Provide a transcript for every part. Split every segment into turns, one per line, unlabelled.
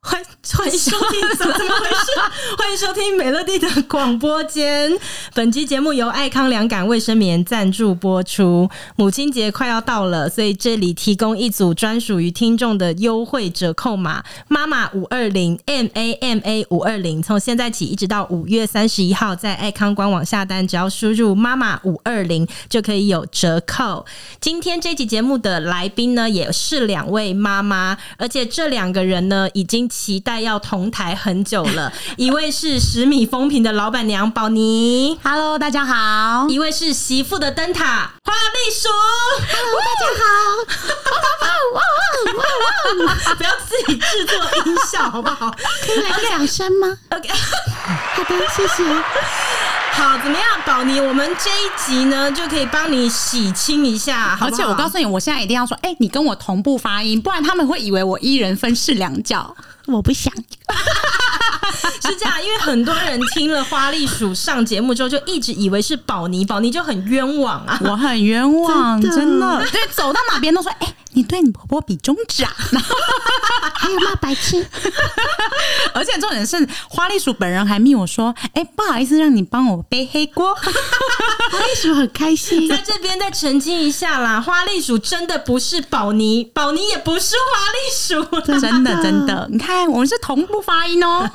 欢欢迎收听，怎么怎么回事？欢迎收听美乐蒂的广播间。本期节目由爱康良感卫生棉赞助播出。母亲节快要到了，所以这里提供一组专属于听众的优惠折扣码：妈妈五二零 M A M A 五二零。从现在起一直到五月三十一号，在爱康官网下单，只要输入“妈妈五二零”就可以有折扣。今天这期节目的来宾呢，也是两位妈妈，而且这两个人呢，已经期待要同台很久 了。一位是十米风评的老板娘宝妮，
Hello，大家好。
一位是媳妇的灯塔花栗鼠。Hello，大 家好。不要自己制作音效好不好？
可以来个掌声吗
OK
好的，谢谢。
好，怎么样，宝妮？我们这一集呢，就可以帮你洗清一下，好
而
不
且
好
我告诉你，我现在一定要说，哎、你跟我同步发音，不然他们会以为我一人分饰两角。我不想。
是这样，因为很多人听了花栗鼠上节目之后，就一直以为是宝妮，宝妮就很冤枉啊。
我很冤枉，
真的
真的。对，走到哪边都说，哎、你对你婆婆比中指啊！ 然后
还有骂白 痴，
而且重点是，花栗鼠本人还密我说，哎、不好意思，让你帮我背黑锅。
花栗鼠很开心
在。这边再澄清一下啦，花栗鼠真的不是宝妮，宝妮也不是花栗鼠。
真的，真的，你看我们是同步发音 哦。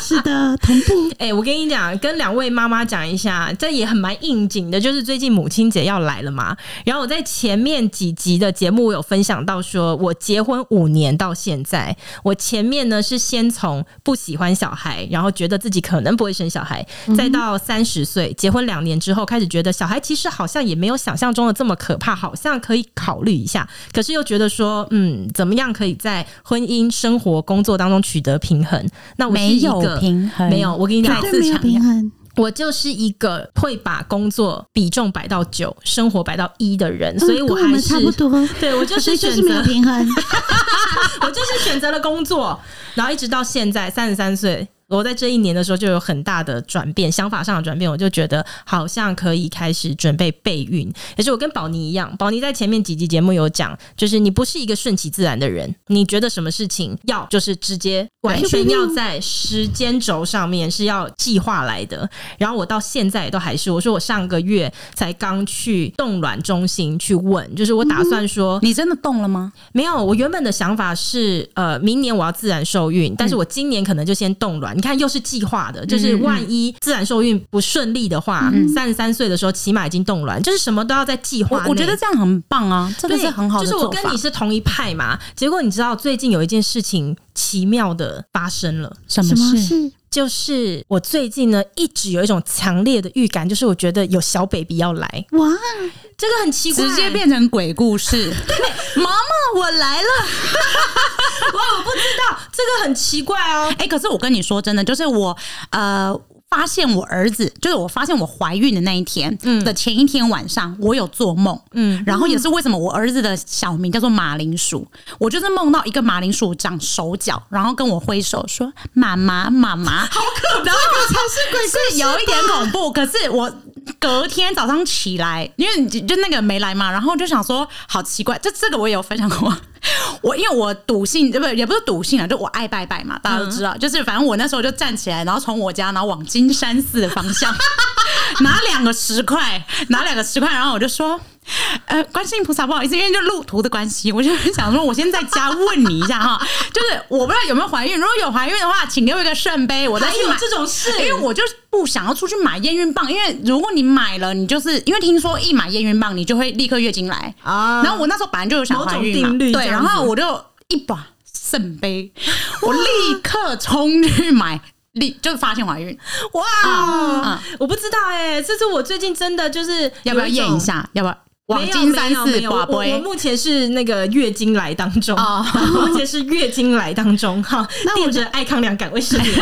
是的，同步
哎、我跟你讲，跟两位妈妈讲一下，这也很蛮应景的，就是最近母亲节要来了嘛。然后我在前面几集的节目，我有分享到说，我结婚五年到现在，我前面呢是先从不喜欢小孩，然后觉得自己可能不会生小孩，
嗯
再到三十岁结婚两年之后，开始觉得小孩其实好像也没有想象中的这么可怕，好像可以考虑一下，可是又觉得说，嗯，怎么样可以在婚姻、生活、工作当中取得平衡？那我是
没
一
有
个
平衡
没有，我跟你讲
再，次
对没有
强
平衡，
我就是一个会把工作比重摆到九，生活摆到一的人，所以
嗯
我
跟我
还
们
是、
差不多。
对我就是
所以就
选
是没有
择，
平衡，
我就是选择了工作，然后一直到现在三十三岁。我在这一年的时候就有很大的转变，想法上的转变，我就觉得好像可以开始准备备孕。可是我跟宝妮一样，宝妮在前面几集节目有讲，就是你不是一个顺其自然的人，你觉得什么事情要就是直接完全要在时间轴上面是要计划来的。然后我到现在都还是，我说我上个月才刚去冻卵中心去问，就是我打算说
你真的动了吗？
没有，我原本的想法是，呃，明年我要自然受孕，
嗯
但是我今年可能就先冻卵。你看，又是计划的，就是万一自然受孕不顺利的话，
嗯
三十三岁的时候起码已经冻卵，就是什么都要在计划
我
内。
我觉得这样很棒啊，这个
对，
是很好的
就是我
做
跟
法
你。是同一派嘛。结果你知道，最近有一件事情奇妙的发生了。
什
什么
么事？
事？
就是我最近呢，一直有一种强烈的预感，就是我觉得有小 baby 要来，
哇，
这个很奇怪，
直接变成鬼故 事。妈妈，我来了。
哇，我不知道，这个很奇怪哦。
哎、可是我跟你说真的，就是我呃。发现我儿子，就是我发现我怀孕的那一天的前一天晚上，我有做梦，嗯，然后也是为什么我儿子的小名叫做马铃薯，我就是梦到一个马铃薯长手脚，然后跟我挥手说妈妈妈妈，好可怕，然后是鬼是有一点恐怖，可是我隔天早上起来，因为就就那个没来嘛，然后就想说好奇怪，这这个我也有分享过， 我因为我笃信，对不对？也不是笃信啊，就我爱拜拜嘛，大家都知道。就是反正我那时候就站起来，然后从我家，然后往金山寺的方向 拿两个十块，拿两个十块，然后我就说。呃，观世音菩萨，不好意思，因为就路途的关系，我就想说，我先在家问你一下哈， 就是我不知道有没有怀孕，如果有怀孕的话，请给我一个圣杯，我再
还
去
有
买
这种事，
因为我就是不想要出去买验孕棒，因为如果你买了，你就是因为听说一买验孕棒，你就会立刻月经来
啊
啊。然后我那时候本来就有想怀孕
某
嘛
种，定律
对，
这样
然
子
后我就一把圣杯，我立刻冲去买，立就发现怀孕，
哇，
嗯
我不知道哎、这是我最近真的就是
要不要
有一种
验一？下？要不要？往
没有
金山
没有
寺
没有我
寡
我我
杯
目前啊是那个月经来当中，
哦
我 目前是月经来当中哈。
那我
垫着爱康良感卫 生棉，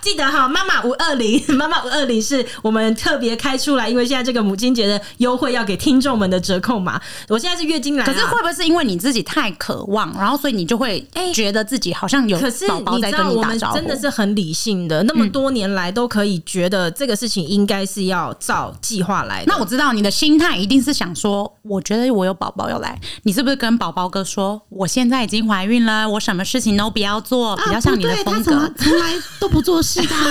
记得哈，妈妈五二零，妈妈五二零是我们特别开出来，因为现在这个母亲节的优惠要给听众们的折扣码。我现在是月经来啊，
可是会不会是因为你自己太渴望，然后所以你就会觉得自己好像有
可是
宝宝
你
在
知
跟
道，我
打
们
招呼？嗯
真的是很理性的，那么多年来都可以觉得这个事情应该是要照计划来的。
那我知道你的心态一定是想说，我觉得我有宝宝要来，你是不是跟宝宝哥说，我现在已经怀孕了，我什么事情都不要做，比较
啊，
像
不
你的
对，他
风
怎么
格。
从来都不做事的 啊？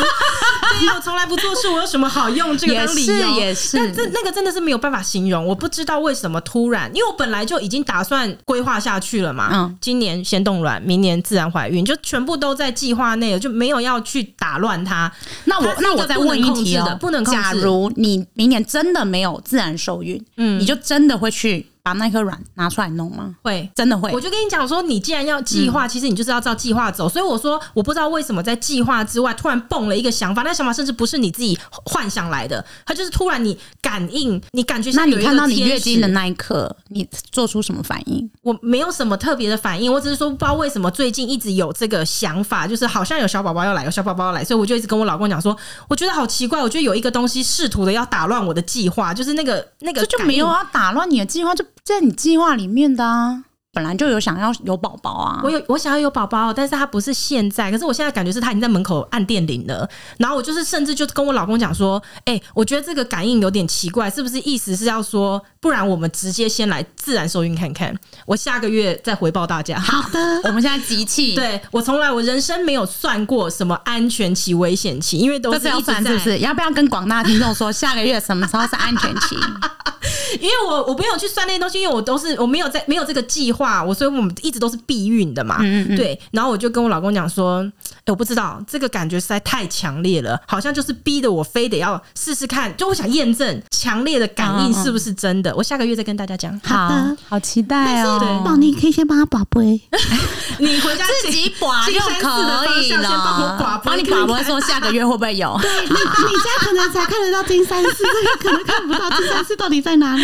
对呀，我从来不做事，我有什么好用这个当理由？
也是也是
但这那个真的是没有办法形容，我不知道为什么突然，因为我本来就已经打算规划下去了嘛。
嗯
今年先冻卵，明年自然怀孕，就全部都在计划内了，就没有要去打乱它。
那我
它是一个
那我再问一题哦，
不能控制的不能控制
假如你明年真的没有自然受孕，
嗯
你就真的会去把那颗卵拿出来弄吗？
会
真的会嗯
我就跟你讲说，你既然要计划，其实你就是要照计划走。所以我说，我不知道为什么在计划之外突然蹦了一个想法，那想法甚至不是你自己幻想来的，它就是突然你感应，你感觉
那
像
你
有一个
看到你
天
月经的
使
那一刻，你做出什么反应？
我没有什么特别的反应，我只是说不知道为什么最近一直有这个想法，就是好像有小宝宝要来，有小宝宝要来，所以我就一直跟我老公讲说，我觉得好奇怪，我觉得有一个东西试图的要打乱我的计划，就是那个那个
这就
感
没有啊
应。
要打乱你的计划，就在你计划里面的啊。本来就有想要有宝宝啊，
我有我想要有宝宝，但是他不是现在，可是我现在感觉是他已经在门口按电铃了。然后我就是甚至就跟我老公讲说，哎、我觉得这个感应有点奇怪，是不是意思是要说，不然我们直接先来自然受孕看看，我下个月再回报大家。
好的，
我们现在集气，，
对我从来我人生没有算过什么安全期、危险期，因为都
这
是
次要
一直
算是
在
不是？要不要跟广大听众说，下个月什么时候是安全 期？
因为我我没有去算那些东西，因为我都是我没有在没有这个计划，我所以我们一直都是避孕的嘛。
嗯嗯嗯
对，然后我就跟我老公讲说，哎、我不知道这个感觉实在太强烈了，好像就是逼得我非得要试试看，就我想验证强烈的感应
嗯嗯嗯
是不是真的。我下个月再跟大家讲，
好
嗯
的
好期待
宝
哦！
妮可以先帮他宝贝，
你回家
自己寡就可以
金山寺的方向先帮我
了
寡，播
帮你
看
寡
看
播说下个月会不 会有？
对，你你现在可能才看得到金山寺，这个可能看不到金山寺到底在哪里
啊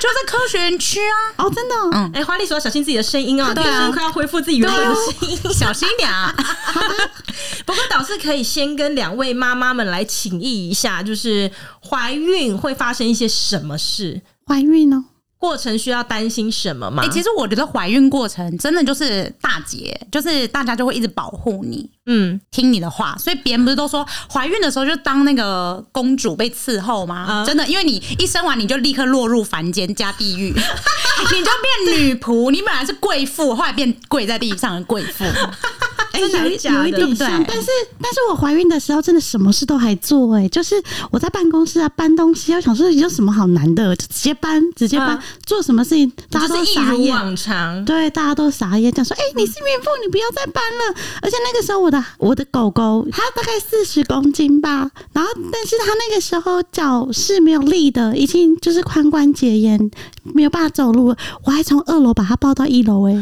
就是科学园区啊，
哦，真的哦、
嗯
哎、花栗鼠要小心自己的声音哦，
对啊
听说快要恢复自己原本的声音。
小心一点啊！
不过倒是可以先跟两位妈妈们来请益一下，就是怀孕会发生一些什么事，
怀孕哦，
过程需要担心什么吗？
哎、其实我觉得怀孕过程真的就是大姐，就是大家就会一直保护你，
嗯，
听你的话，所以别人不是都说怀孕的时候就当那个公主被伺候吗？
嗯
真的，因为你一生完你就立刻落入凡间加地狱， 你就变女仆，你本来是贵妇，后来变跪在地上的贵妇。
哎、
真的
有一
假的
有一
对嗯
不
点
对
像，但是但是我怀孕的时候真的什么事都还做、哎，就是我在办公室啊搬东西啊，我想说有什么好难的，就直接搬直接搬，
嗯
做什么事情大家
就
都
是一
傻
如
眼。
往嗯常。
对，大家都傻眼，讲说：“哎、你是孕妇，你不要再搬了。”而且那个时候，我的我的狗狗它大概四十公斤吧，然后但是它那个时候脚是没有力的，已经就是髋关节炎，没有办法走路了。我还从二楼把它抱到一楼、哎，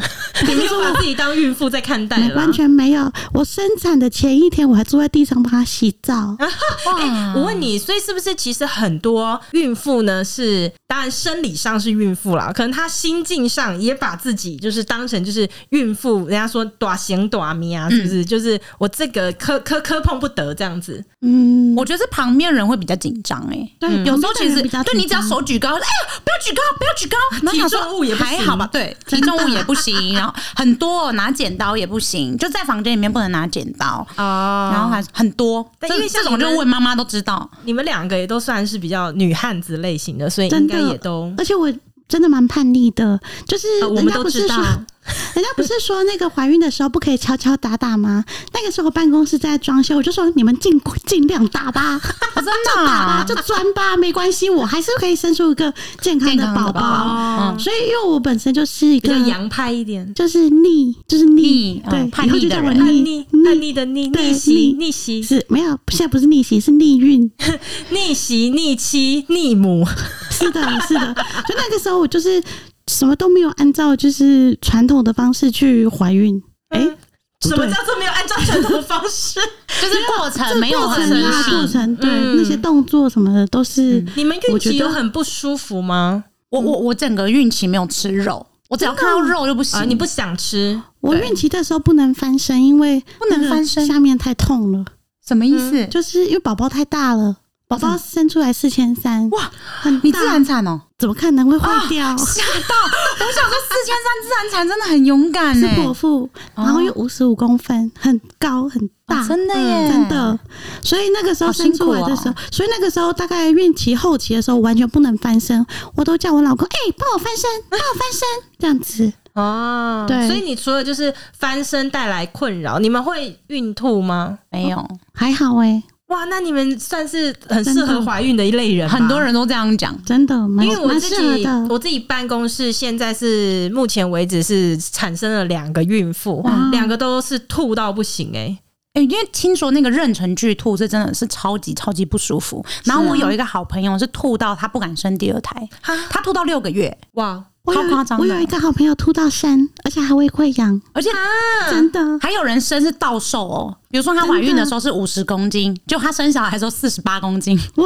你没有把自己当孕妇在看待
没
了，
完全没有。我生产的前一天，我还坐在地上帮它洗澡。
哇
我问你，所以是不是其实很多孕妇呢是，当然生理上是孕妇啦，可能她心境上也把自己就是当成就是孕妇，人家说短行短咪啊，是不是？就是我这个磕磕磕碰不得这样子。
嗯，
我觉得是旁边人会比较紧张哎、
对，
嗯
有时候其实
比较
对你只要
紧张
手举高，哎、呦，不要举高，不要举高，然后想说哦
体重物也不行
还好吧，对，体重物也不行， 然后很多哦拿剪刀也不行，就在房间里面不能拿剪刀，
哦
然后还很多，
但
这
因为像
这种
你
就
们
问妈妈都知道。
你们两个也都算是比较女汉子类型的，所以应
真
该
的
也都。
而且我真的蛮叛逆的，就是
呃我
人
们
家
都
不是
知
说，
道
人家不是说那个怀孕的时候不可以敲敲打打吗？那个时候我办公室在装修，我就说你们尽尽量 打吧，
啊
真啊
就打吧，就钻吧，没关系，我还是可以生出一个健康
健
的
康
宝
的宝
宝。哦
宝，嗯，
所以，因为我本身就是一
比
个
较洋派一点，
就是逆，就是逆
逆，嗯
对，
叛
以后
逆
就
的
叫我
人
叛
逆
逆叛逆的逆
对
逆袭
逆
逆袭
是没有，现在不是逆袭，是逆运。
逆袭逆妻逆母，
是的，是的，就那个时候我就是什么都没有按照就是传统的方式去怀孕。哎、
嗯
不
什么
对
叫做没有按照传统的方 式？
就是过程没有
过
很
程啊，
顺
过
利。
程对、
嗯
那些动作什么的都是，
你们孕
我觉
期
得
有很不舒服吗？
我我我整个孕期没有吃肉，我只要看到肉就不行。
啊，你不想吃，
我
对
孕期的时候不能翻身，因为
不能
那个
翻身
下面太痛了，
什么意思？
嗯就是因为宝宝太大了。宝宝生出来四千三，
哇，
很
你
大
自然产哦、
怎么可能会坏掉？
吓到！我想说四千三自然产真的很勇敢呢、
是果腹，然后又五十五公分，很高很大，嗯
哦真的耶，
真的。所以那个时候
好
生
辛
出
苦哦
来的时候，所以那个时候大概孕期后期的时候，完全不能翻身，我都叫我老公，哎、帮我翻身，帮我翻身，这样子。
哦，
对
所以你除了就是翻身带来困扰，你们会孕吐吗？
没有，
还好哎、
哇，那你们算是很
真
适
的
合怀孕的一类人，
很多。人都这样讲。
真的蛮
因为我
蛮
自
适合
己，
的。
我自己办公室现在是目前为止是产生了两个孕妇，两个都是吐到不行哎、
哎、因为听说那个妊娠剧吐是真的是超级超级不舒服。然后我有一个好朋友是吐到他不敢生第二胎，
哈
他吐到六个月，
哇，
我有
超夸张的
我有一个好朋友吐到山，而且还会溃疡，
而且
真的。
还有人生是倒瘦哦。比如说她怀孕的时候是五十公斤，就她生小孩的时候四十八公斤，
哇，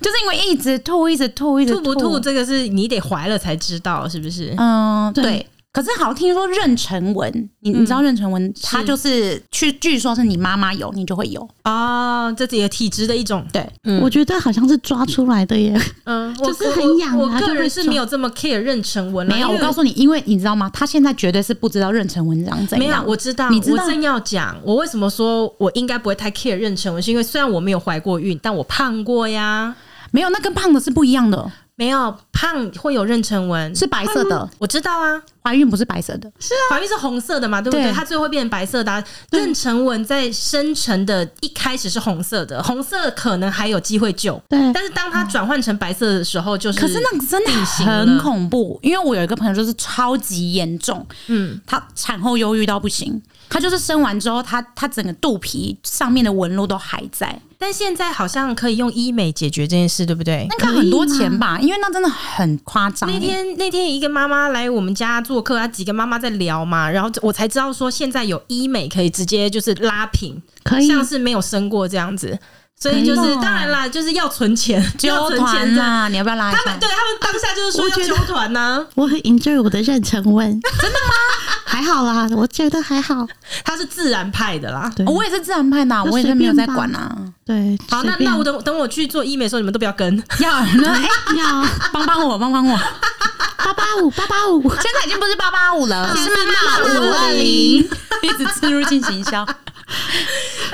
就是因为一直吐，一直吐，一直
吐不吐这个是你得怀了才知道是不是？
嗯，
对
对。可是好像听说妊娠纹，你你知道妊娠纹，它就是去，据说是你妈妈有，你就会有。
哦，这是也体质的一种，
对，
嗯
我觉得好像是抓出来的耶，
嗯，我
就是很痒啊
我我
就
个
会
人是
肿
没有这么 care 妊娠纹啊，
没有，
因
我
为
告诉你，因为你知道吗？她现在绝对是不知道妊娠纹长怎
没有
样，。
我知道，
你知道
我正要讲，我为什么说我应该不会太 care 妊娠纹，是因为虽然我没有怀过孕，但我胖过呀，
没有，那跟胖的是不一样的，
没有胖会有妊娠纹，
是白色的。
我知道啊，
怀孕不是白色的，
怀孕是红色的嘛，对不对？
对
它最后会变成白色的啊、妊娠纹在生成的一开始是红色的，红色可能还有机会救，
对，
但是当它转换成白色的时候，嗯就是
可是那个真的
定型了
很恐怖。因为我有一个朋友就是超级严重，
嗯，
她产后忧郁到不行，她就是生完之后，她她整个肚皮上面的纹路都还在。
但现在好像可以用医美解决这件事，对不对？
那个很多钱吧，因为那真的很夸张、
那天那天一个妈妈来我们家做客，她几个妈妈在聊嘛，然后我才知道说现在有医美可以直接就是拉平，
可以。
像是没有生过这样子，所以就是
可以哦
当然啦，就是要存钱，要
纠
存
团
钱的。
啊啦，你要不要拉一
他
下
们？对他们当下就是说
我
要
觉得
纠团啊呢，
我很 enjoy 我的妊 娠纹，真的吗？ 还好啦，我觉得还好。
他是自然派的啦。
对
哦我也是自然派的啊，
那
我也是没有在管啊。
对，
好，那
随便
那我等等我去做医美的时候，你们都不要跟。
要那哎，
要
帮帮我，帮帮 我！
八八五八八五，
现在已经不是八八五了，是
八
五二零， 一直刺入进行销。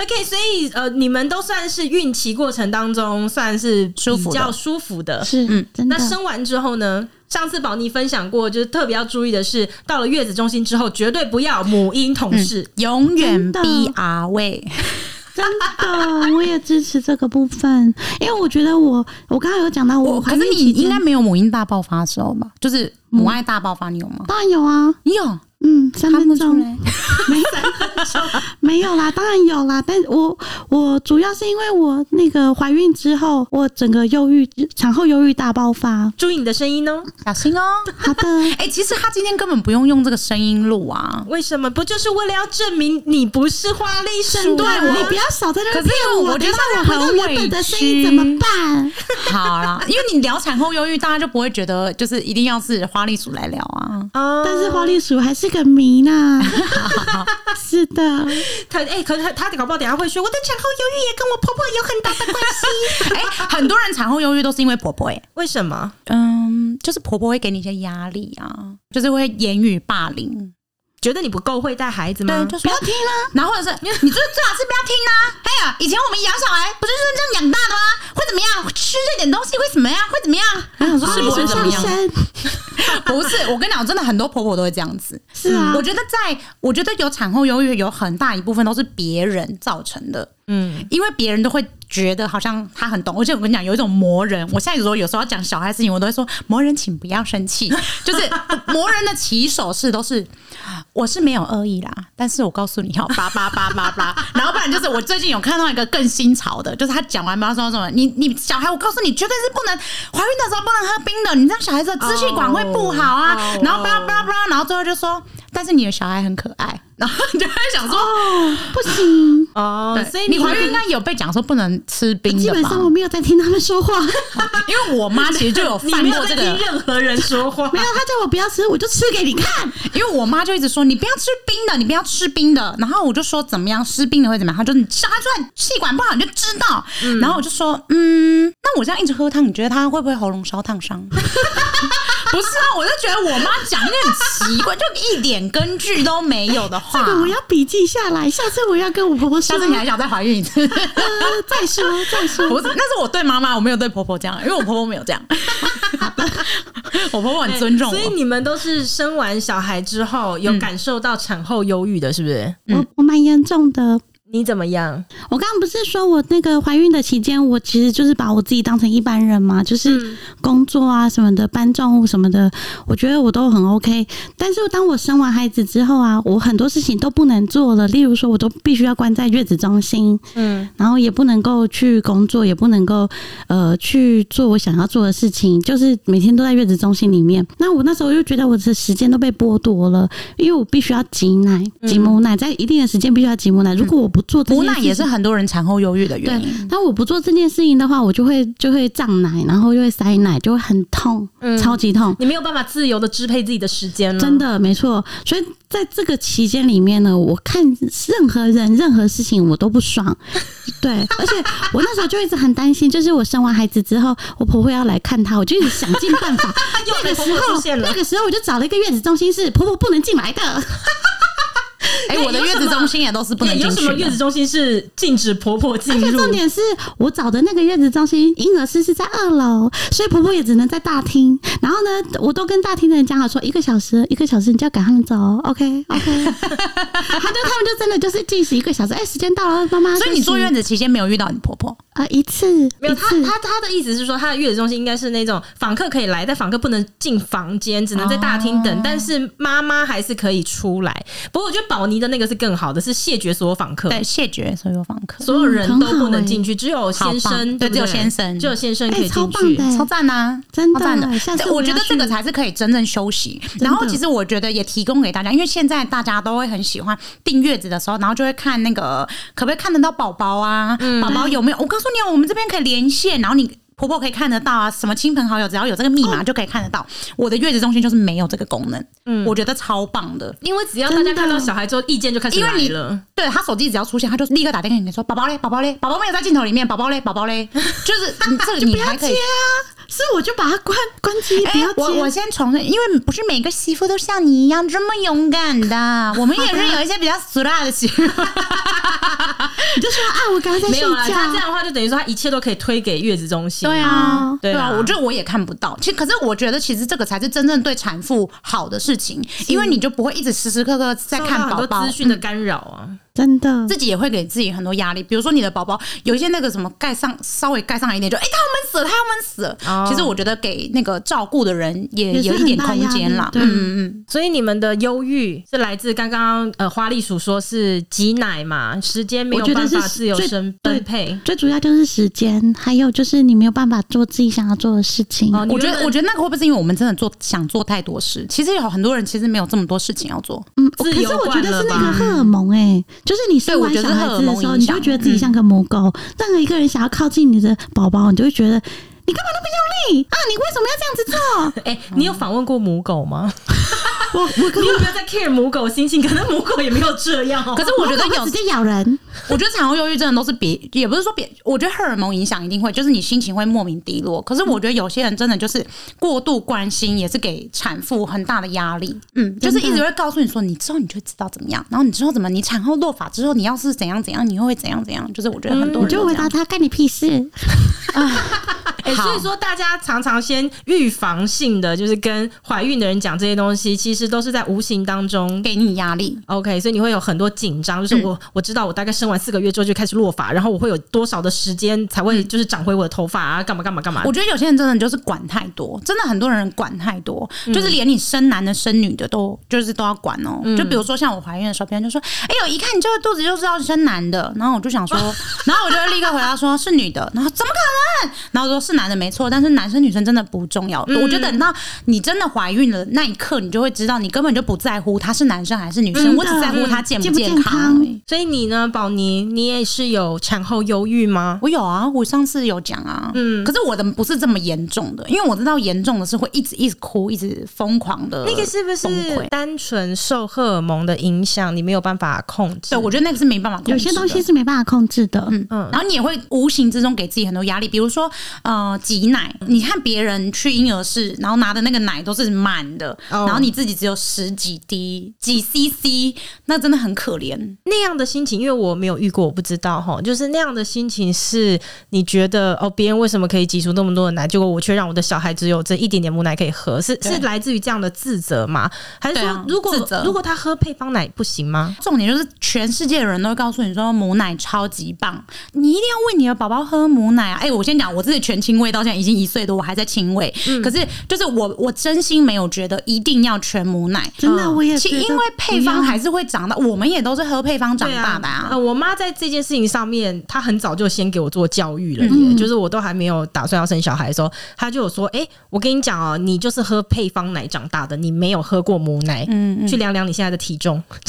OK，所以呃，你们都算是孕期过程当中算是
舒服
比
的
较舒服的，
是，嗯，真的
那。生完之后呢？上次宝妮分享过，就是特别要注意的是，到了月子中心之后，绝对不要母婴同事。
嗯
永远
真的
B R 位，
真的，我也支持这个部分，因为我觉得我我刚刚有讲到我怀
可是
孕
你
期
应
间
该，没有母婴大爆发的时候吧？就是母爱大爆发，你有吗？
当然有啊，
你有，
嗯，三
看
分
不出
钟
来。
没有啦，当然有啦，但我我主要是因为我那个怀孕之后，我整个忧郁产后忧郁大爆发。
注意你的声音哦。
小心哦！
好的，
哎，其实他今天根本不用用这个声音录啊。
为什么？不就是为了要证明你不是花栗鼠？
对
啊
我
你不要少在那
可是
边骗我，
我觉
等一
得我
下我回到
很
原
委
本的声
屈
音怎么办？
好啦，因为你聊产后忧郁，大家就不会觉得就是一定要是花栗鼠来聊啊。
哦
但是花栗鼠还是个谜呢。是的，
他哎、可是他他搞不好等一下会说，我的产后忧郁也跟我婆婆有很大的关系。
哎、很多人产后忧郁都是因为婆婆、欸，
为什么？
嗯，就是婆婆会给你一些压力啊，就是会言语霸凌，
觉得你不够会带孩子
对，
吗？
就
嗯不
说
要，听啦、
然后或者是你就是最好是不要听啦、哎呀，以前我们养小孩不就是这样养大的吗？会怎么样？吃这点东西会怎么样？会 怎么样？我想
花
是
栗
不会
鼠
怎么
啊上
样？
身，
不是，我跟你讲，真的很多婆婆都会这样子。
是啊
我，觉得在，我觉得有产后忧郁有很大一部分都是别人造成的，
嗯，
因为别人都会觉得好像他很懂，而且我跟你讲，有一种 磨人。我现在有时候有时候要讲小孩事情，我都会说磨人，请不要生气。 就是磨人的起手式都是我是没有恶意啦，但是我告诉你要叭叭叭叭叭。 然后不然就是我最近有看到一个更新潮的，就是他讲完叭说什么，你你小孩，我告诉你绝对是不能怀孕的时候不能喝冰的，你这样小孩子的支气管会不好啊。
哦
然后叭叭叭，然后最后就说，但是你的小孩很可爱。 然后你就会想说，
哦，不 行，
哦，
对
所以
你怀
怀
孕
孕
应该有被讲说不能吃冰
基
的
本
吧
上？我没有在听他们说话，
因为我妈其实就有
你
犯
没
过
有
这
在
个
听，任何人说话，
没有他叫我不要吃，我就吃给 你看。
因为我妈就一直说你不要吃冰的，你不要吃冰的。然后我就说怎么样吃冰的会怎么样？她就嗯你吃它就算气管不好你就知道。然后我就说嗯，那我这样一直喝汤，你觉得她 会不会喉咙烧烫伤？不是啊，我就觉得我妈讲的很奇怪，就一点根据都没有的话。
我要笔记下来，下次我要跟我婆婆说。
下次你还想再怀孕一次？
呃再 说再
不
说，
是，那是我对妈妈，我没有对婆婆这样，因为我婆婆没有这样。 我婆婆很尊重我
所。以你们都是生完小孩之后有感受到产后忧郁的，是不是？
我我蛮严重的。
你怎么样？
我刚刚不是说我那个怀孕的期间，我其实就是把我自己当成一般人嘛，就是工作啊什么的，搬重物什么的，我觉得我都很 OK。但是当我生完孩子之后啊，我很多事情都不能做了，例如说，我都必须要关在月子中心，
嗯，
然后也不能够去工作，也不能够呃去做我想要做的事情，就是每天都在月子中心里面。那我那时候就觉得我的时间都被剥夺了，因为我必须要挤奶、挤母奶，在一定的时间必须要挤母奶。如果我不做这
母
件事
奶
情，
也是很多人产后忧郁的原
对
因。，
但我不做这件事情的话，我就会就会胀奶，然后又会塞奶，就会很痛，
嗯
超级痛。
你没有办法自由的支配自己的时间了，
真的没错，所以在这个期间里面呢，我看任何人、任何事情我都 不爽，对，而且我那时候就一直很担心，就是我生完孩子之后，我婆婆要来看她，我就一直想尽办法。
又
那
来
个
婆
时
婆出
候
现，了
那个时候我就找了一个月子中心是婆婆不能进来的，
哎、
那
我的
有
月
什
子
么
中心也都是不能
对
进
有
去
什么月
的
子中心是禁止婆婆进
而且
入？
重点是我找的那个月子中心婴儿室是在二楼，所以婆婆也只能在大厅。然后呢，我都跟大厅的人讲好说，一个小时，一个小时你就要赶他们走，OK OK。他就他们就真的就是计时一个小时，哎、时间到了，妈妈休息。
啊所以你坐月子期间没有遇到你婆婆，
啊、一次
没有，
一
他
次
他他的意思是说，他的月子中心应该是那种访客可以来，但访客不能进房间，只能在大厅等。但是妈妈还是可以出来。不过我觉得宝妮的那个是更好的，是谢绝所有访客，
对，谢绝所有访客，
所有人
嗯
都
很好
不能
欸
进去，只有
嗯好
先
棒
生，
对
不
只有先生
只有先生可
哎
以
超
进
棒
去。
的
超赞呐、
真
超赞的
的，下次
我觉
要
得这个
去
才是可以真正休息。然后其实我觉得也提供给大家，因为现在大家都会很喜欢订月子的时候，然后就会看那个可不可以看得到宝宝啊，
嗯
宝宝、有没有？我告诉你哦，我们这边可以连线，然后你。婆婆可以看得到啊，什么亲朋好友只要有这个密
哦
码就可以看得到。我的月子中心就是没有这个功能，嗯，我觉得超棒的。
因为只要大家
真的
看到小孩之后，意见就开始
因
来
为你
了。
对他手机只要出现，他就立刻打电话给你说：“宝宝嘞，宝宝嘞，宝宝没有在镜头里面，宝宝嘞，宝宝嘞。”就是你嗯这个你还可以。
是我就把它关关机，不
哎、
要接。
我我先重申，因为不是每个媳妇都像你一样这么勇敢的，我们也是有一些比较俗辣的媳妇。
你就说啊，我刚刚在
没
睡
有啦，
觉
他这样的话就等于说他一切都可以推给月子中心。
对啊
啊，
对
啊
啦，
我觉得我也看不到。其实，可是我觉得其实这个才是真正对产妇好的事情，因为你就不会一直时时刻刻在
受到
看宝嗯
很多
宝
资。讯的干扰啊。
真的
自己也会给自己很多压力，比如说你的宝宝有一些那个什么盖上稍微盖上一点就，哎，他要闷死了，他要闷死了。
哦
其实我觉得给那个照顾的人也
也是
有一
很
点
大
空
压
间
力
啦。
对
嗯嗯
所以你们的忧郁是来自刚刚呃花栗鼠说是挤奶嘛，时间没有
我觉得
办法
是
自由
最
分
对
分配。
最主要就是时间，还有就是你没有办法做自己想要做的事情。
哦，
嗯，我觉
你
得
原
我
本
觉得那个会不会是因为我们真的做想做太多事？其实有很多人其实没有这么多事情要做。
嗯，
自
可
由
是我觉
惯了
得是那
吧
个荷尔蒙哎、就是你
对
生
我
完
觉得是
小
荷
孩
尔
子的
蒙啊嗯
时候，
影
你就
响
觉得自己像个母狗。任何一个人想要靠近你的宝宝，你就会觉得你干嘛那么用力啊？你为什么要这样子
哎、你有访问过母狗吗？
嗯
做？我我 可
你有没有在 care 母狗心情？可能母狗也没有这样、哦。
可是我觉得有
直，接咬人，
我觉得产后忧郁症都是别，也不是说别，我觉得荷尔蒙影响一定会，就是你心情会莫名低落。可是我觉得有些人真的就是过度关心，也是给产妇很大的压力。嗯，就是一直会告诉你说，你之后你就会知道怎么样，然后你之后怎么，你产后落法之后，你要是怎样怎样，你又会怎样怎样。就是我觉得很多
嗯你
人
就
都
回
这样
答他干你屁事。
哎、
好
所以说大家常常先预防性的，就是跟怀孕的人讲这些东西，其实都是在无形当中。
给你压力。
OK，所以你会有很多紧张，
嗯
就是我、我知道我大概生完四个月之后就开始落发，然后我会有多少的时间才会就是长回我的头发啊，干嘛干嘛干嘛。
嗯我觉得有些人真的就是管太多，真的很多人管太多，就是连你生男的生女的都就是都要管哦。就比如说像我怀孕的时候，别人就说：“哎呦，一看你这个肚子就知道是生男的。”然后我就想说，然后我就立刻回答说是女的，然后怎么可笨。然后我说是男的没错，但是男生女生真的不重要。我觉得等到你真的怀孕了那一刻，你就会知道，你根本就不在乎他是男生还是女生，
嗯
我只在乎他健
健不
健
健
康
康
而已。
所以你呢，宝妮，你也是有产后忧郁吗？
我有啊，我上次有讲啊，嗯，可是我的不是这么严重的，因为我知道严重的是会一直一直哭，一直疯狂的
那个是不
呃崩
是
溃
单纯受荷尔蒙的影响，你没有办法控制？
对，我觉得那个是没办法控制的，
有些东西是没办法控制的。嗯，
然后你也会无形之中给自己很多压力，比如说呃挤奶，你看别人去婴儿室，然后拿的那个奶都是满的，
哦
然后你自己只有十几滴几 CC，那真的很可怜。
那样的心情，因为我没有遇过，我不知道哈。就是那样的心情是，你觉得哦，别人为什么可以挤出那么多的奶，结果我却让我的小孩只有这一点点母奶可以喝，是
对
是来自于这样的自责吗？还是
对
说，
啊
如果
自责
如果他喝配方奶不行吗？
重点就是全世界的人都会告诉你说母奶超级棒，你一定要为你的宝宝喝母奶啊！哎、我先讲我自己全亲喂到现在已经一岁多，我还在亲喂，
嗯
可是就是我我真心没有觉得一定要全母奶。
真的我也
嗯其
觉得
因为配
不
方
要
还是会长大，我们也都是喝配方长
对
大的
啊呃，我妈在这件事情上面，她很早就先给我做教育了耶，就是我都还没有打算要生小孩的时候，她就有说：“哎、我跟你讲哦、你就是喝配方奶长大的，你没有喝过母奶，
嗯
去量量你现在的体重，嗯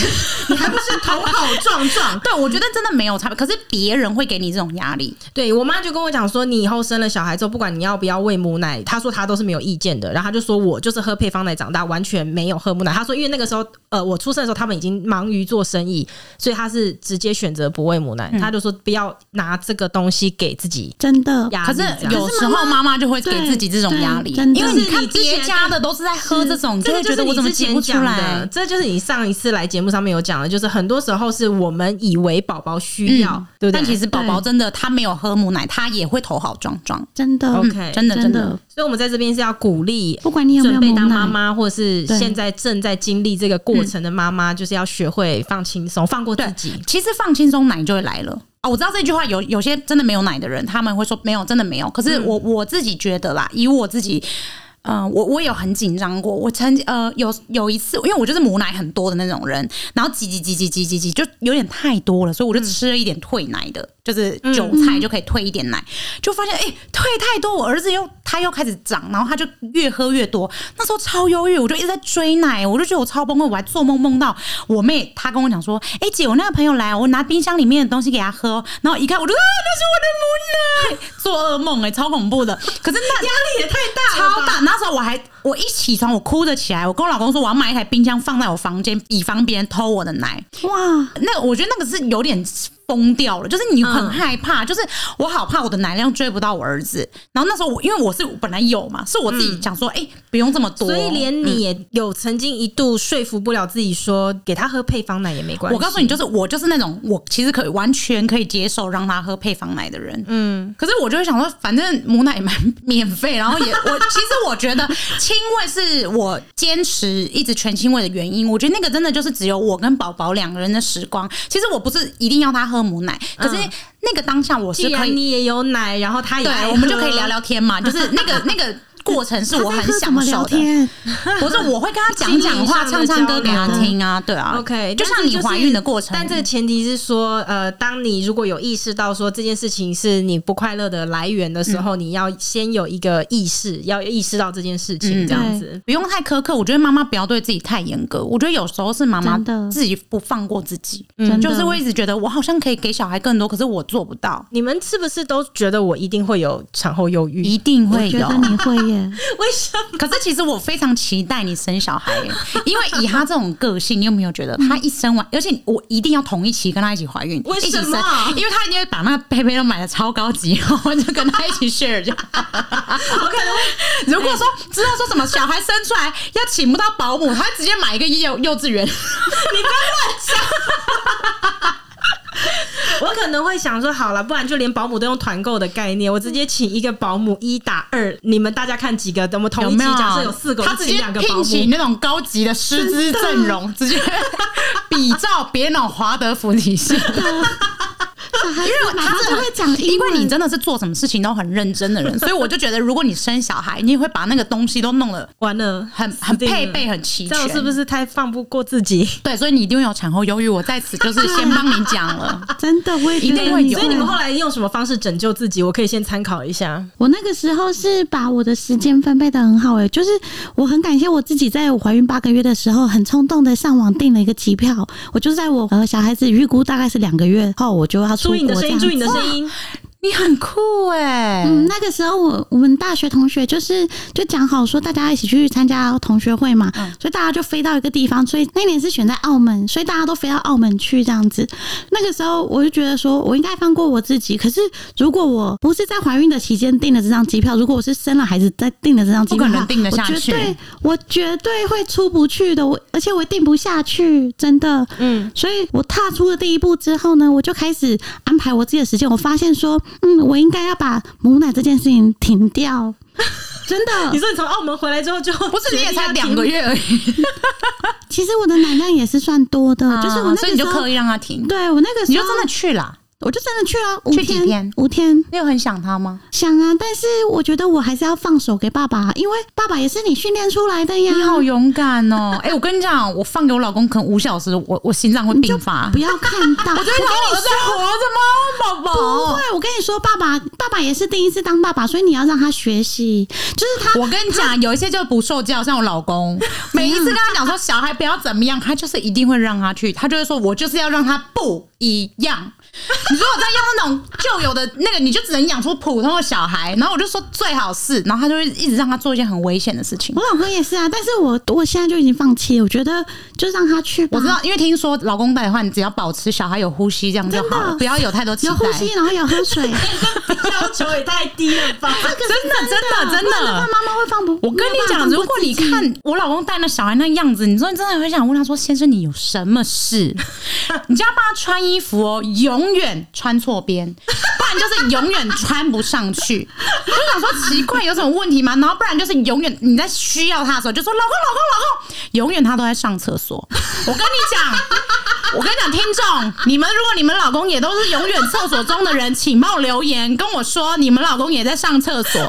你还不是头好壮壮。”
对，我觉得真的没有差别，可是别人会给你这种压力，
对我妈就跟我讲说，你以后生了小孩之后，不管你要不要喂母奶，她说她都是没有意见的。然后她就说我就是喝配方奶长大，完全没有喝母奶。她说因为那个时候，呃，我出生的时候他们已经忙于做生意，所以她是直接选择不喂母
嗯
奶。她就说不要拿这个东西给自己
真的
压
可
力
是
这样。
有时候妈妈就会给自己这种压力，
对对
因为
真的
你看
你之前
别家的都是在喝这种，你
这
就
个
会
就
觉
是
得我
你
怎么
之
挤
前
不出
讲的
来，。
这就是你上一次来节目上面有讲的，就是很多时候是我们以为宝宝需要，
嗯
对不对？
但其实宝宝真的他没有喝母奶，他也会头好壮壮，嗯
真的
OK，
哦真的
真
真的
的。，
所以我们在这边是要鼓励
不管你有没
准
有
备
母
当妈
奶，
妈，或是
对
现在正在经历这个过程的妈
嗯
妈，就是要学会放轻松，放过自己。
其实放轻松奶就会来了。啊，我知道这句话有有些真的没有奶的人，他们会说没有，真的没有。可是
嗯
我、我自己觉得啦，以我自己，嗯、我我有很紧张过。我曾呃有有一次，因为我就是母奶很多的那种人，然后挤挤挤挤挤挤挤，就有点太多了，所以我就吃了一点退奶的，就是
嗯
韭菜就可以退一点奶，就发现哎、退太多，我儿子又他又开始长，然后他就越喝越多。那时候超忧郁，我就一直在追奶，我就觉得我超崩溃，我还做梦梦到我妹，她跟我讲说：“哎、姐，我那个朋友来，我拿冰箱里面的东西给她喝。”然后一看，我就啊，那是我的母奶，做噩梦哎、超恐怖的。可是那压力也太大
了吧
超大。那时候我还我一起床，我哭着起来，我跟我老公说我要买一台冰箱放在我房间，以防别人偷我的奶。
哇，
那我觉得那个是有点疯掉了，就是你很
嗯
害怕，就是我好怕我的奶量追不到我儿子。然后那时候我因为我是本来有嘛，是我自己想说，哎、不用这么多，
所以连
嗯
你也有曾经一度说服不了自己说，给他喝配方奶也没关系。
我告诉你，就是我就是那种我其实可以完全可以接受让他喝配方奶的人，嗯，可是我就会想说，反正母奶也蛮免费，然后也我其实我觉得亲喂是我坚持一直全亲喂的原因，我觉得那个真的就是只有我跟宝宝两个人的时光。其实我不是一定要他喝母奶，可
嗯
是那个当下我
既
是可
然
以，
你也有奶，然后他也爱
对，
喝
我们就可以聊。聊天 嘛，就是那个那个。过程是我
他
很
在喝怎
享
么聊
受的，
天？啊
不是我会跟他讲讲话、
心
唱
理上的
唱歌给他
交流
听啊，对啊
OK，
就像
但是
你
是
怀孕的过程，
但这个前提是说，呃，当你如果有意识到说这件事情是你不快乐的来源的时
嗯
候，你要先有一个意识，要意识到这件事情，
嗯
这样子。
不用太苛刻，我觉得妈妈不要对自己太严格。我觉得有时候是妈妈
真的
自己不放过自己，
真的
就是会一直觉得我好像可以给小孩更多，可是我做不到，
你们是不是都觉得我一定会有产后忧郁？
一定
嗯我
会
觉
有。
得你会 耶，
为什么？
可是其实我非常期待你生 小孩，因为以他这种个性，你有没有觉得他一生完，而且我一定要同一期跟他一起怀孕，
为
一起
什么
生因为他一定会把那个佩佩都买的超高级，然后就跟他一起 share 就好。
我可能会
如果说知道说什么小孩生出来要请不到保姆，他直接买一个幼幼稚园。
我可能会想说，好了，不然就连保姆都用团购的概念，我直接请一个保姆一打二，你们大家看几个？我们同一集假设有四个，我
他
就
直
请
接
两个保
聘请
姆。
那种高级的师资阵容，直接比照别那种华德福体系。
小孩
因为
他
他
真的会讲英
因
文，
为你真的是做什么事情都很认真的人，所以我就觉得，如果你生小孩，你也会把那个东西都弄得
完了，
很很
死定了
配备很齐
这样
全，
是不是太放不过自己？
对，所以你一定会有产后忧郁。我在此就是先帮你讲 了。
真的我也觉
一定会
得
有
所以你们后来用什么方式拯救自己？我可以先参考一下。
我那个时候是把我的时间分配的很好诶、就是我很感谢我自己，在我怀孕八个月的时候，很冲动的上网订了一个机票，我就在我呃和小孩子预估大概是两个月后，我就要出
注
国
意你的
这
声音，
样子
注意你的声音。
你很酷哎、
嗯，那个时候我我们大学同学就是就讲好说大家一起去参加同学会嘛，
嗯
所以大家就飞到一个地方，所以那年是选在澳门，所以大家都飞到澳门去这样子。那个时候我就觉得说我应该放过我自己，可是如果我不是在怀孕的期间订了这张机票，如果我是生了孩子再订了这张机
不
票
可
的话，
能订得下去
我绝对我绝对会出不去的，我而且我订不下去，真的。
嗯，
所以我踏出了第一步之后呢，我就开始安排我自己的时间。我发现说，嗯，我应该要把母奶这件事情 停掉，真
你
的。
说你从澳门回来之后就
不是你也才 两
月。
个月而已，
其实我的奶量也是算多的，就是我
啊
那
所以你
个
就
时候
刻，意让他停，
对啊我那个
你
时
就
候
真的，去了。
我就真的去了五
去几天
五天
你有很想他吗？
想啊，但是我觉得我还是要放手给爸爸，因为爸爸也是你训练出来的呀。
你好勇敢哦！哎、我跟你讲，我放给我老公可能五小时，我我心脏会
就
病发。
不要看到，我
你 我儿子还活着吗，宝
不
宝？
会，我跟你说，爸爸，爸爸也是第一次当爸爸，所以你要让他学习，就是他
我跟你讲，有一些就不受教，像我老 公，每一次跟他讲说小孩不要怎么样，他就是一定会让他去，他就会说，我就是要让他不一样。你如果再用那种旧有的那个，你就只能养出普通的小孩。然后我就说最好是，然后他就会一直让他做一件很危险的事 情
我。老公也是啊，但是我我现在就已经放弃了，我觉得就让他去吧。
我知道，因为听说老公带的话，你只要保持小孩有呼吸这样就好
真
了，
的
不要有太多期
有
待。
呼吸，然后有 喝水，真
要求也太低了 吧？
真的真的真的
他妈妈会放不。
我跟你
没有办
讲，
法
如果你
放过自己
看我老公带那小孩那样子，你说你真的会想问他说：“先生，你有什么事？” 你就要帮他穿衣服哦，永远穿错边，不然就是永远穿不上去。 我就想说奇怪，有什么问题吗？然后不然就是永远你在需要他的时候就说：“老公，老公，老公！”永远他都在上厕所。我跟你讲， 我跟你讲，听众，你们如果你们老公也都是永远厕所中的人，请帮我留言跟我说，你们老公也在上厕所。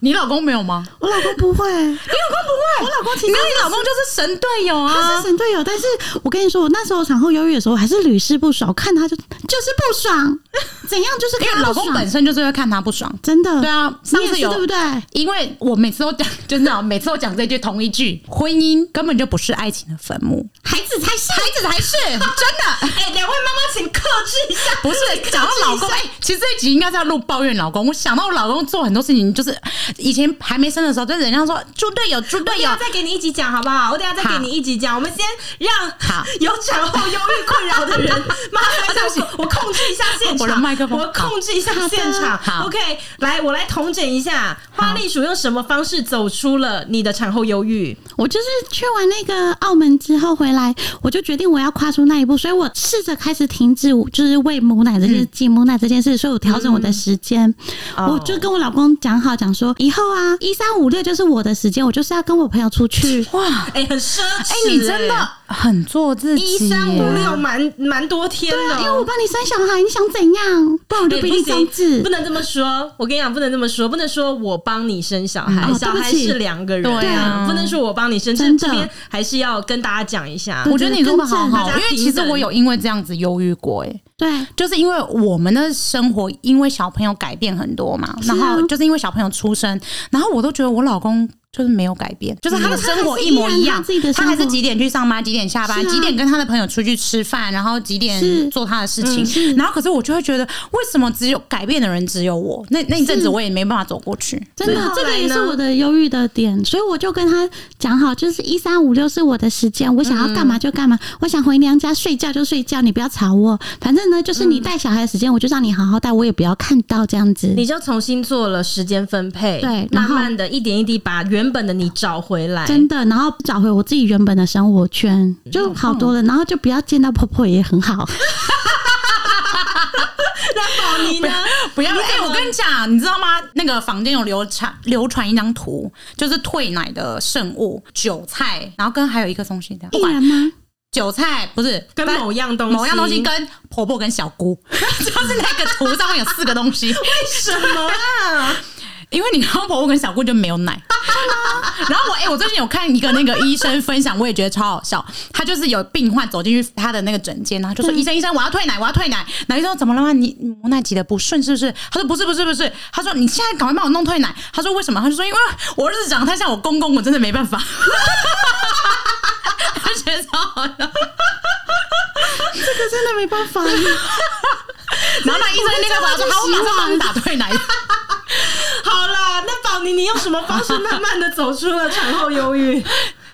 你老公没有吗？
我老公不会，
你老公不会，
我老公其
你
实
跟你老公就是神队友
他
啊
是！神队友，但是我跟你说，我那时候产后忧郁的时候，我还是屡试不爽，我看他就就是 不爽，怎样就是
因
看
为老
他不
公
爽
本身就是会看他不爽。
真的
对，啊，上
啊嗯你也
次
是
有
对不对？
因为我每次都讲， 就是那种每次都讲这句同一句，婚姻根本就不是爱情的坟墓，
孩子才是
孩子才是真 的。
哎，两位妈妈请克制一下。
不是讲到老公，哎、其实这一集应该是要录抱怨老公。我想到我老公做很多事情，就是以前还没生的时候，就是人家说猪队友，猪队
我等一
友
下，再给你一集讲好不好？我等一下再给你一集讲。我们先让
好
有产后忧郁困扰的人，麻烦
对不起
我我控制一下现场，
我的麦克风
我控制一下现场。
好。
o k 来，我来统整一下，花栗鼠用什么方式走出了你的产后忧郁？
我就是去完那个澳门之后回来，我就决定我要跨出那一步，所以我试着开始停止就是喂母奶这件事、挤母奶这件事，所以我调整我的时间。
嗯哦
我就跟我老公讲好，讲说以后啊，一三五六就是我的时间，我就是要跟我朋友 出去
哇，
哎、很奢侈、
哎、你真
欸
的很做自己耶，
一三五六，蛮蛮多天的、哦
啊因为哎我帮你生小孩，你想怎样？不然我就
哎
比
不
你
行
长子
不。能这么说。我跟你讲，不能这么说，不能说我帮你生小孩，
嗯哦
小
对
孩
不起
是两个人，
对啊
不能说我帮你生。这
真的
这边还是要跟大家讲一下，
啊我觉得你说的好
更
好，
正
因为其实我有因为这样子忧郁过、哎。
对，
就是因为我们的生活因为小朋友改变很多嘛，
是啊
然后就是因为小朋友出生，然后我都觉得我老公就是没有改变，就是他的生活一模一样
嗯他还是依然他自己的，生
他
活
还是几点去上班，几点下班，
是啊
几点跟他的朋友出去吃饭，然后几点
是
做他的事情
嗯是。
然后可是我就会觉得，为什么只有改变的人只有我？那那一阵子
是
我也没办法走过去。
真
所以
的
后，
这
来
个也是
呢
我的忧郁的点，所以我就跟他讲好，就是一三五六是我的时间，我想要干嘛就干嘛，我想回娘家睡觉就睡觉，你不要吵我。反正呢，就是你带小孩的时间，我就让你好好带，我也不要看到这样子。
你就重新做了时间分配，
对然
慢
后
慢的一点一滴把原本的你找回来。
真的，然后找回我自己原本的生活圈，就好多了。然后就不要见到婆婆也很好。
那宝妮呢？
不要！哎、
怎么
我跟你讲，你知道吗？那个房间有流传流传一张
嗯
图，就是退奶的圣物、韭菜，然后跟还有一个东西，这样
薏仁吗？
韭菜不是
跟某样东西，
某样东西跟婆婆跟小姑， 就是那个图上面有四个东西，
什么啊？
因为你看婆婆跟小姑就没有奶。 然后我哎、欸我最近有看一个那个医生分享，我也觉得超好笑。他就是有病患走进去他的那个诊间，然后就说：“医生，医生，我要退奶，我要退奶。”然后医生说：“怎么了吗？你你母奶挤的不顺是不是？”他说：“不是，不是，不是。”他说：“你现在赶快帮我弄退奶。”他说：“为什么？”他就说：“因为我儿子长得太像我公公，我真的没办法。” 他觉得超好笑。
这真的没办 法。
然后那医生那个他说：“好，我啊马上帮你打退奶。”
好啦，那宝妮，你用什么方式慢慢的走出了产后忧 郁？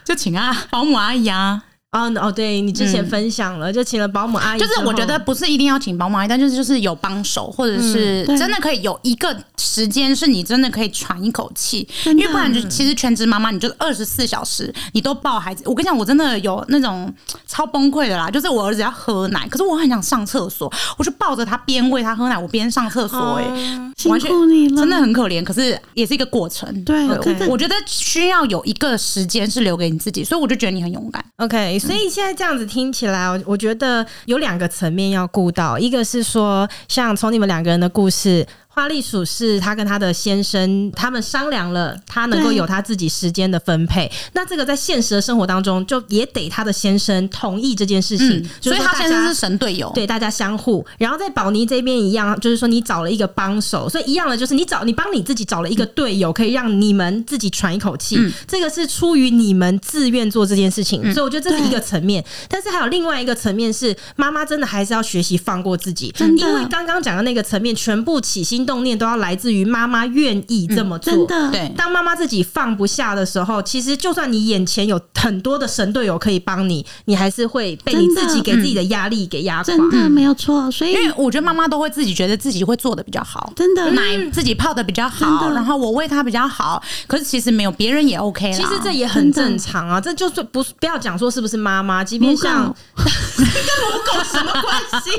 就请啊保姆阿姨啊，
哦哦，对你之前分享了，就请了保姆
哎
阿姨之
嗯就
后，
是我觉得不是一定要请保姆阿姨，但就是就是有帮手，或者是
哦嗯对
真的可以有一个时间是你真的可以喘一口气，因
真的
为不然就其实全职妈妈你就是二十四小时你都抱孩子。我跟你讲，我真的有那种超崩溃的啦，就是我儿子要喝奶，可是我很想上厕所，我就抱着他边喂他喝奶，我边上厕所、欸，
哦
辛
完全
苦你了，
真的很可怜，可是也是一个过程。
对
我
真的
我觉得需要有一个时间是留给你自己，所以我就觉得你很勇敢。
OK，所以现在这样子听起来，我我觉得有两个层面要顾到，一个是说，像从你们两个人的故事，花栗鼠是她跟她的先生他们商量了，她能够
对
有她自己时间的分配。
嗯
那这个在现实的生活当中，就也得她的先生同意这件事情，
嗯，
就
所以
说
他
大
现在
家
是神队友。
对，大家相互。然后在宝妮这边一样，就是说你找了一个帮手，所以一样的就是你找你帮你自己找了一个队友，可以让你们自己喘一口气。
嗯
这个是出于你们自愿做这件事情，所以我觉得这是一个层面。但是还有另外一个层面是，妈妈真的还是要学习放过自己，
真的
因为刚刚讲的那个层面，全部起心动念都要来自于妈妈愿意这么做。
嗯真的
对，
当妈妈自己放不下的时候，其实就算你眼前有很多的神队友可以帮你，你还是会被你
真的嗯
自己给自己的压力给压垮。
真的没有错，所以
因为我觉得妈妈都会自己觉得自己会做的比较好，
真
嗯
的
奶自己泡的比较好，
真的
然后我喂她比较好，可是其实没有别人也 OK 啦。
其实这也很正常啊，这就是不不要讲说是不是妈妈，即便像
嗯母
跟母狗什么关系？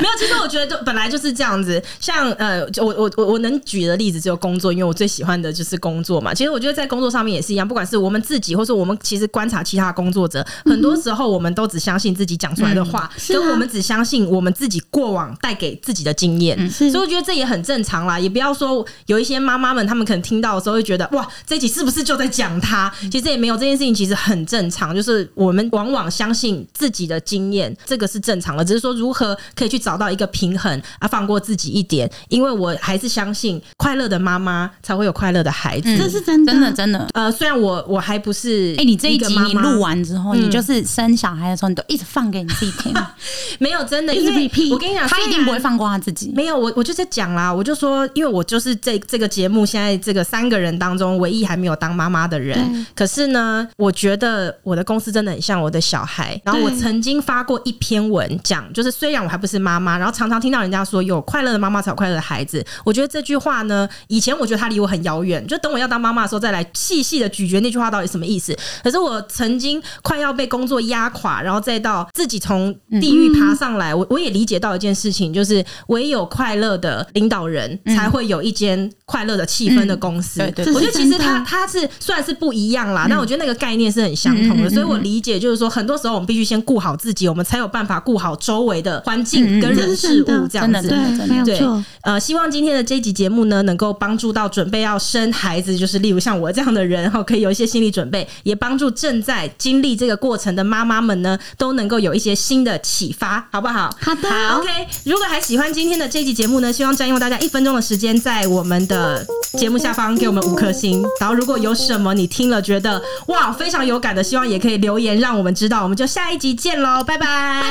没有，其实我觉得就本来就是这样子。像呃，就我我我我能举的例子只有工作，因为我最喜欢的就是工作嘛。其实我觉得在工作上面也是一样，不管是我们自己，或是我们其实观察其他的工作者，很多时候我们都只相信自己讲出来的话，
是啊
跟我们只相信我们自己过往带给自己的经验。所
嗯是
以我觉得这也很正常啦，也不要说有一些妈妈们，她们可能听到的时候会觉得哇，这一集是不是就在讲她？其实也没有，这件事情其实很正常，就是我们往往相信自己的经验，这个是正常的，只是说如何可以去找到一个平衡啊，放过自己一点，因为我还是相信快乐的妈妈才会有快乐的孩子。
这是真
嗯
的
真的真的。
呃，虽然我我还不是
哎、你这一
个
集
妈
你
妈哎
录完之后，你就是生小孩的时候，你都一直放给你自己听，
没有真的，
一直
因为
repeat
我跟你讲，
她一定不会
放。
放过她自己。
没有，我我就在讲啦，我就说，因为我就是这这个节目现在这个三个人当中唯一还没有当妈妈的人
对。
可是呢，我觉得我的公司真的很像我的小孩。然后我
对
曾经发过一篇文讲，就是虽然我还不是妈妈，然后常常听到人家说有快乐的妈妈才有快乐的孩子。我觉得这句话呢，以前我觉得它离我很遥远，就等我要当妈妈的时候再来细细的咀嚼那句话到底什么意思。可是我曾经快要被工作压垮，然后再到自己从地狱爬上来，我我也理解到一件事情，就是唯有快乐的领导人才会有一间快乐的气氛的公司。
嗯对对
我觉得
这
其
是
实
真的
它它是虽然是不一样啦，但我觉得那个概念是很相同
嗯嗯嗯
的，
嗯
所以我理解就是说，很多时候我们必须先顾好自己，我们才有办法顾好周围的环境
嗯嗯
跟
嗯
人事
这是真
物
的
这样
真
子
的。真的
对，没有
对
错，，
呃，希望今天的这一集节目呢，能够帮助到准备要生孩子，就是例如像我这样的人哈，可以有一些心理准备，也帮助正在经历这个过程的妈妈们呢，都能够有一些新的启发，好不好？
好的
好，OK。如果还喜欢今天的这一集节目呢，希望占用大家一分钟的时间，在我们的节目下方给我们五颗星。然后，如果有什么你听了觉得哇非常有感的，希望也可以留言让我们知道，我们就下一集见喽，拜拜，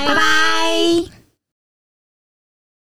拜拜。